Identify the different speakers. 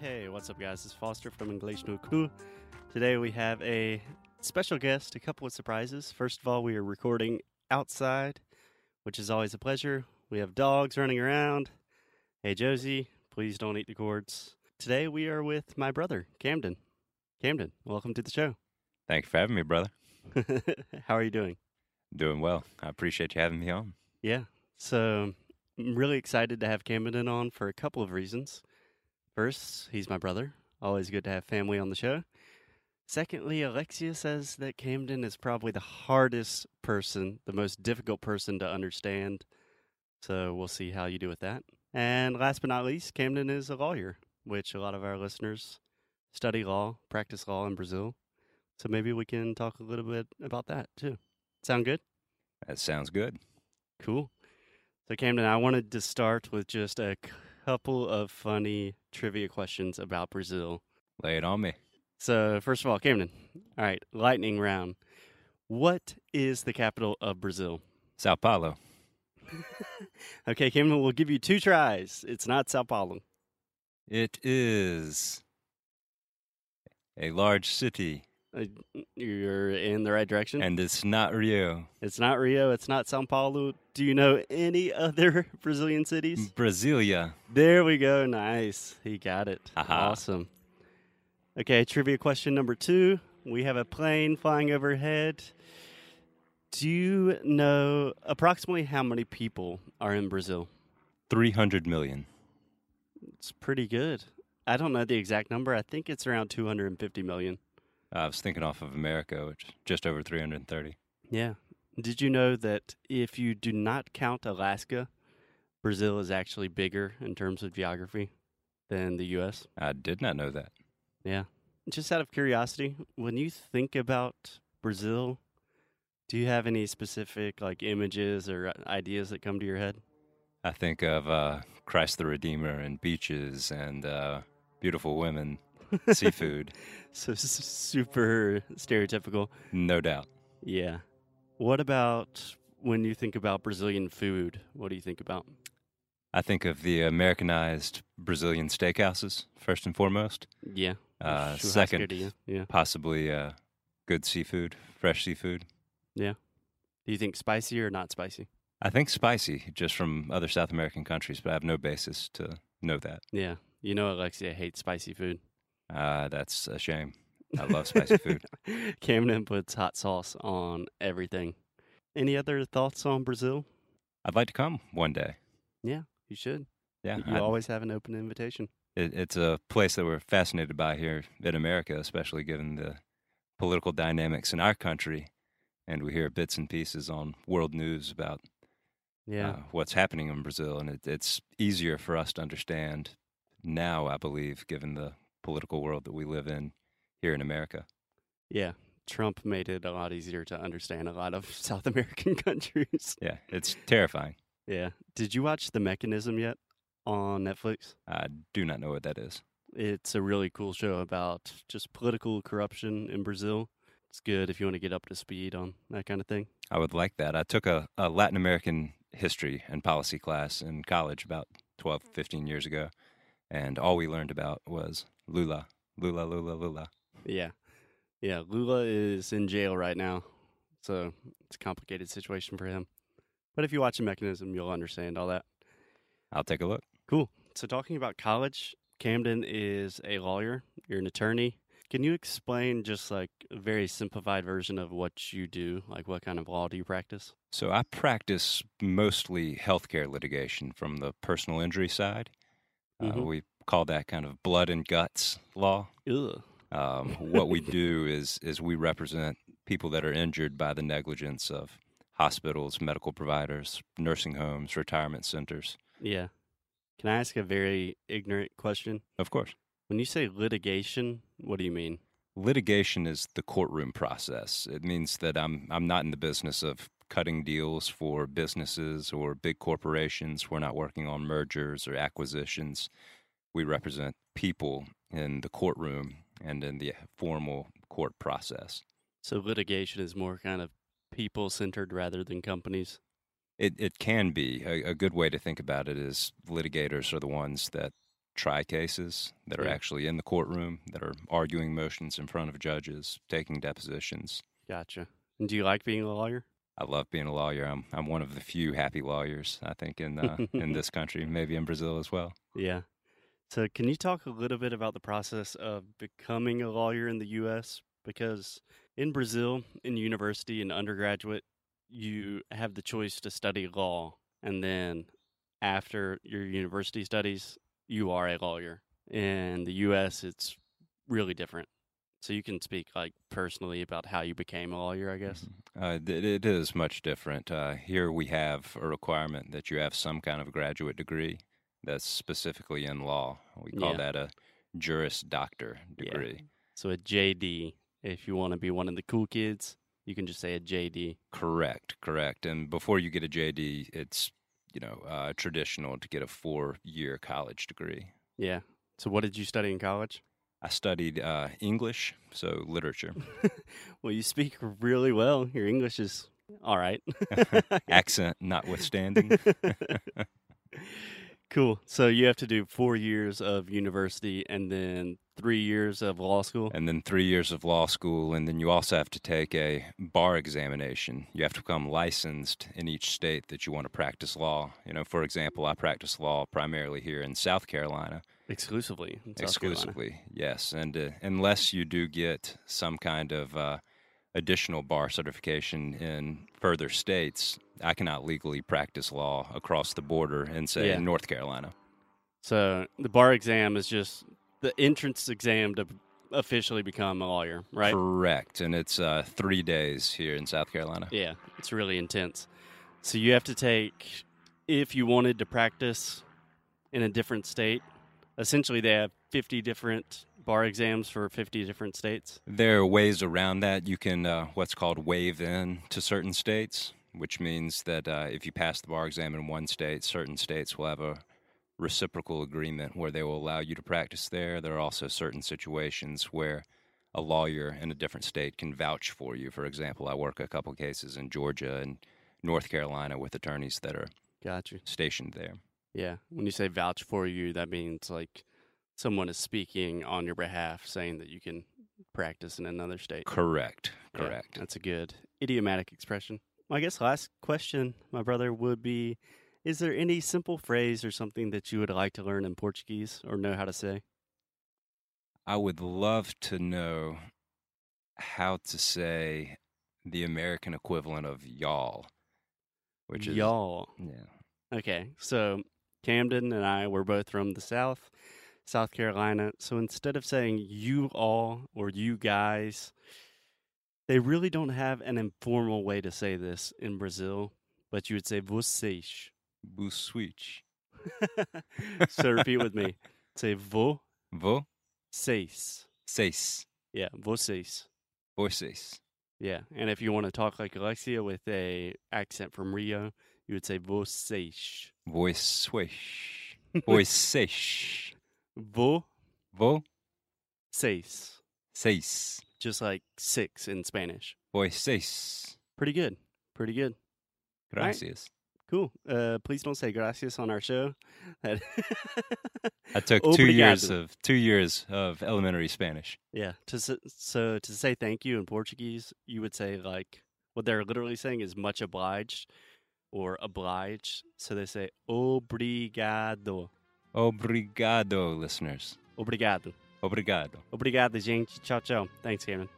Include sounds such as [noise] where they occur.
Speaker 1: Hey, what's up, guys? It's Foster from English No Ku. Today we have a special guest, a couple of surprises. First of all, we are recording outside, which is always a pleasure. We have dogs running around. Hey, Josie, please don't eat the cords. Today we are with my brother, Camden. Camden, welcome to the show. [laughs]
Speaker 2: Thank you for having me, brother.
Speaker 1: How are you doing?
Speaker 2: Doing well. I appreciate you having me on.
Speaker 1: Yeah. So I'm really excited to have Camden on for a couple of reasons. First, he's my brother. Always good to have family on the show. Secondly, Alexia says that Camden is probably the hardest person, the most difficult person to understand. So we'll see how you do with that. And last but not least, Camden is a lawyer, which a lot of our listeners study law, practice law in Brazil. So maybe we can talk a little bit about that too. Sound good?
Speaker 2: That sounds good.
Speaker 1: Cool. So, Camden, I wanted to start with just a couple of funny trivia questions about Brazil.
Speaker 2: Lay it on me.
Speaker 1: So, first of all, Camden, all right, lightning round. What is the capital of Brazil?
Speaker 2: Sao Paulo,
Speaker 1: Okay, Camden, we'll give you two tries. It's not Sao Paulo.
Speaker 2: it is a large city,
Speaker 1: Uh, You're in the right direction.
Speaker 2: and it's not Rio.
Speaker 1: it's not Rio. It's not Sao Paulo. Do you know any other [laughs] Brazilian cities?
Speaker 2: Brasilia.
Speaker 1: There we go. Nice. He got it.
Speaker 2: Aha.
Speaker 1: Awesome. Okay, trivia question number two. We have a plane flying overhead. Do you know approximately how many people are in Brazil?
Speaker 2: 300 million.
Speaker 1: It's pretty good. I don't know the exact number. I think it's around 250 million.
Speaker 2: I was thinking off of America, which is just over 330.
Speaker 1: Yeah. Did you know that if you do not count Alaska, Brazil is actually bigger in terms of geography than the U.S.?
Speaker 2: I did not know that.
Speaker 1: Yeah. Just out of curiosity, when you think about Brazil, do you have any specific like images or uh, ideas that come to your head? [laughs]
Speaker 2: I think of uh, Christ the Redeemer and beaches and uh, beautiful women, seafood,
Speaker 1: So s- super stereotypical.
Speaker 2: no doubt.
Speaker 1: Yeah. What about when you think about Brazilian food? What do you think about?
Speaker 2: I think of the Americanized Brazilian steakhouses, first and foremost.
Speaker 1: Yeah.
Speaker 2: Uh,
Speaker 1: churrascaria,
Speaker 2: second,
Speaker 1: Yeah.
Speaker 2: possibly uh, good seafood, fresh seafood.
Speaker 1: Do you think spicy or not spicy?
Speaker 2: I think spicy, just from other South American countries, but I have no basis to know that.
Speaker 1: Yeah. You know Alexia hates spicy food.
Speaker 2: Uh, that's a shame. I love spicy
Speaker 1: [laughs]
Speaker 2: food.
Speaker 1: Camden puts hot sauce on everything. Any other thoughts on Brazil?
Speaker 2: I'd like to come one day.
Speaker 1: You should.
Speaker 2: Yeah,
Speaker 1: You
Speaker 2: I'd-
Speaker 1: always have an open invitation.
Speaker 2: it, it's a place that we're fascinated by here in America, especially given the political dynamics in our country. And we hear bits and pieces on world news about
Speaker 1: Yeah.
Speaker 2: uh, what's happening in Brazil, and it, it's easier for us to understand now, I believe, given the political world that we live in here in America.
Speaker 1: yeah. Trump made it a lot easier to understand a lot of [laughs] South American countries.
Speaker 2: Yeah, it's terrifying.
Speaker 1: Yeah. Did you watch The Mechanism yet on Netflix?
Speaker 2: I do not know what that is.
Speaker 1: It's a really cool show about just political corruption in Brazil. It's good if you want to get up to speed on that kind of thing.
Speaker 2: I would like that. I took a, a Latin American history and policy class in college about 12, 15 years ago, and all we learned about was Lula, Lula, Lula, Lula.
Speaker 1: Yeah. Yeah. Lula is in jail right now. So it's a complicated situation for him. But if you watch The Mechanism, you'll understand all that.
Speaker 2: I'll take a look.
Speaker 1: Cool. So, talking about college, Camden is a lawyer, you're an attorney. Can you explain just like a very simplified version of what you do? Like, what kind of law do you practice?
Speaker 2: So I practice mostly healthcare litigation from the personal injury side. Uh,
Speaker 1: Mhm.
Speaker 2: we call that kind of blood and guts law.
Speaker 1: Ugh.
Speaker 2: Um, what we do is is we represent people that are injured by the negligence of hospitals, medical providers, nursing homes, retirement centers.
Speaker 1: Yeah. Can I ask a very ignorant question?
Speaker 2: Of course,
Speaker 1: When you say litigation, what do you mean?
Speaker 2: litigation is the courtroom process. It means that I'm I'm not in the business of cutting deals for businesses or big corporations. We're not working on mergers or acquisitions. We represent people in the courtroom and in the formal court process.
Speaker 1: So, litigation is more kind of people centered rather than companies.
Speaker 2: It it can be a, a good way to think about it is litigators are the ones that try cases that are
Speaker 1: Yeah.
Speaker 2: actually in the courtroom that are arguing motions in front of judges, taking depositions.
Speaker 1: Gotcha. And do you like being a lawyer?
Speaker 2: I love being a lawyer. I'm I'm one of the few happy lawyers I think
Speaker 1: [laughs]
Speaker 2: in uh, in this country, maybe in Brazil as well.
Speaker 1: Yeah. So, can you talk a little bit about the process of becoming a lawyer in the U.S.? Because in Brazil, in university and undergraduate, you have the choice to study law. And then after your university studies, you are a lawyer. In the U.S., it's really different. So, you can speak like personally about how you became a lawyer, I guess.
Speaker 2: Uh, th- it is much different. Uh, here we have a requirement that you have some kind of graduate degree that's specifically in law. We call
Speaker 1: Yeah.
Speaker 2: that a juris doctor
Speaker 1: Yeah.
Speaker 2: degree.
Speaker 1: So, a JD, if you want to be one of the cool kids, you can just say a JD.
Speaker 2: Correct, correct. And before you get a JD, it's you know uh, traditional to get a four-year college degree.
Speaker 1: Yeah. So, what did you study in college?
Speaker 2: I studied uh, English, so
Speaker 1: [laughs]
Speaker 2: literature.
Speaker 1: well, you speak really well. Your English is all right. [laughs]
Speaker 2: Accent notwithstanding.
Speaker 1: cool. So you have to do four years of university and then three years of law school.
Speaker 2: and then three years of law school, and then you also have to take a bar examination. You have to become licensed in each state that you want to practice law. You know, for example, I practice law primarily here in South Carolina.
Speaker 1: Exclusively. in South Carolina.
Speaker 2: exclusively yes and uh, unless you do get some kind of uh, additional bar certification in further states i cannot legally practice law across the border in say
Speaker 1: Yeah.
Speaker 2: north carolina
Speaker 1: So the bar exam is just the entrance exam to officially become a lawyer, right?
Speaker 2: correct and it's uh, three days here in south carolina
Speaker 1: Yeah, it's really intense. So you have to take if you wanted to practice in a different state. Essentially, they have 50 different bar exams for 50 different states.
Speaker 2: there are ways around that you can uh, what's called waive in to certain states which means that uh, if you pass the bar exam in one state certain states will have a reciprocal agreement where they will allow you to practice there. There are also certain situations where a lawyer in a different state can vouch for you. For example, I work a couple cases in Georgia and North Carolina with attorneys that are
Speaker 1: Got you.
Speaker 2: stationed there.
Speaker 1: Yeah. When you say vouch for you, that means like someone is speaking on your behalf saying that you can practice in another state.
Speaker 2: Correct.
Speaker 1: Yeah,
Speaker 2: Correct.
Speaker 1: that's a good idiomatic expression. I guess last question, my brother, would be Is there any simple phrase or something that you would like to learn in Portuguese or know how to say?
Speaker 2: I would love to know how to say the American equivalent of y'all, which is
Speaker 1: y'all.
Speaker 2: Yeah.
Speaker 1: Okay, so Camden and I were both from the South, South Carolina. So instead of saying you all or you guys, they really don't have an informal way to say this in Brazil, but you would say vocês. [laughs]
Speaker 2: Bu switch.
Speaker 1: so repeat with
Speaker 2: [laughs]
Speaker 1: me. Say vocês.
Speaker 2: Vo seis.
Speaker 1: Yeah, vocês.
Speaker 2: Voices.
Speaker 1: Yeah, and if you want to talk like Alexia with a accent from Rio, you would say vocês.
Speaker 2: Voice swish.
Speaker 1: [laughs]
Speaker 2: Voice seish.
Speaker 1: Vocês.
Speaker 2: Vo seis.
Speaker 1: Just like six in Spanish.
Speaker 2: Voice seis.
Speaker 1: Pretty good. Pretty good. Right.
Speaker 2: Gracias.
Speaker 1: Cool. Uh, please don't say gracias on our show.
Speaker 2: [laughs]
Speaker 1: That-
Speaker 2: I took two
Speaker 1: Obrigado.
Speaker 2: years of two years of elementary Spanish.
Speaker 1: Yeah. To s so to say thank you in Portuguese, you would say like what they're literally saying is much obliged or obliged. So they say obrigado,
Speaker 2: Obrigado, listeners.
Speaker 1: obrigado,
Speaker 2: Obrigado.
Speaker 1: obrigado, gente. Tchau, tchau. Thanks, Cameron.